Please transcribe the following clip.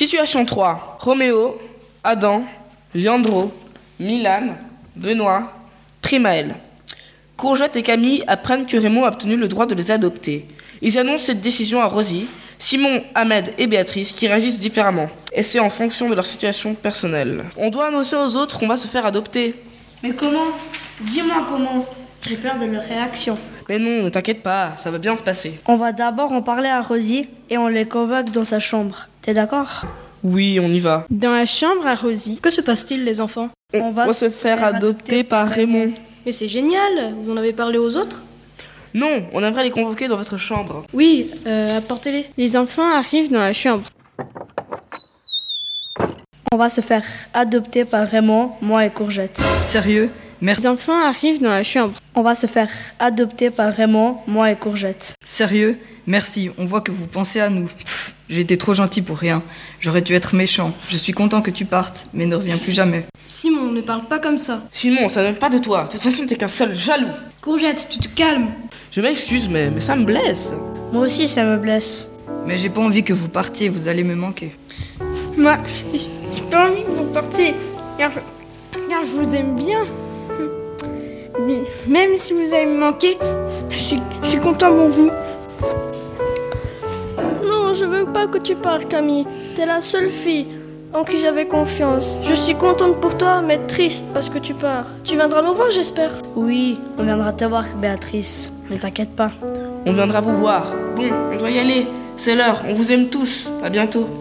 Situation 3. Roméo, Adam, Leandro, Milan, Benoît, Primaël. Courgette et Camille apprennent que Raymond a obtenu le droit de les adopter. Ils annoncent cette décision à Rosie, Simon, Ahmed et Béatrice qui réagissent différemment. Et c'est en fonction de leur situation personnelle. On doit annoncer aux autres qu'on va se faire adopter. Mais comment Dis-moi comment. J'ai peur de leur réaction. Mais non, ne t'inquiète pas, ça va bien se passer. On va d'abord en parler à Rosie et on les convoque dans sa chambre. T'es d'accord Oui, on y va. Dans la chambre à Rosie, que se passe-t-il les enfants On, va, se faire, adopter par Raymond. Mais c'est génial, vous en avez parlé aux autres Non, on aimerait les convoquer dans votre chambre. Oui, euh, apportez-les. Les enfants arrivent dans la chambre. On va se faire adopter par Raymond, moi et Courgette. Sérieux Merci. Les enfants arrivent dans la chambre. On va se faire adopter par Raymond, moi et Courgette. Sérieux Merci. On voit que vous pensez à nous. Pff, J'ai été trop gentil pour rien. J'aurais dû être méchant. Je suis content que tu partes, mais ne reviens plus jamais. Simon, ne parle pas comme ça. Simon, ça ne vient pas de toi. De toute façon, t'es qu'un seul jaloux. Courgette, tu te calmes. Je m'excuse, mais, mais ça me blesse. Moi aussi, ça me blesse. Mais j'ai pas envie que vous partiez, vous allez me manquer. Moi, j'ai j'ai pas envie que vous partiez, car je, car je vous aime bien. Mais Même si vous avez manqué, je suis, je suis content pour vous. Non, je veux pas que tu partes, Camille. T'es la seule fille en qui j'avais confiance. Je suis contente pour toi, mais triste parce que tu pars. Tu viendras nous voir, j'espère. Oui, on viendra te voir, Béatrice. Ne t'inquiète pas. On viendra vous voir. Bon, on doit y aller. C'est l'heure. On vous aime tous. À bientôt.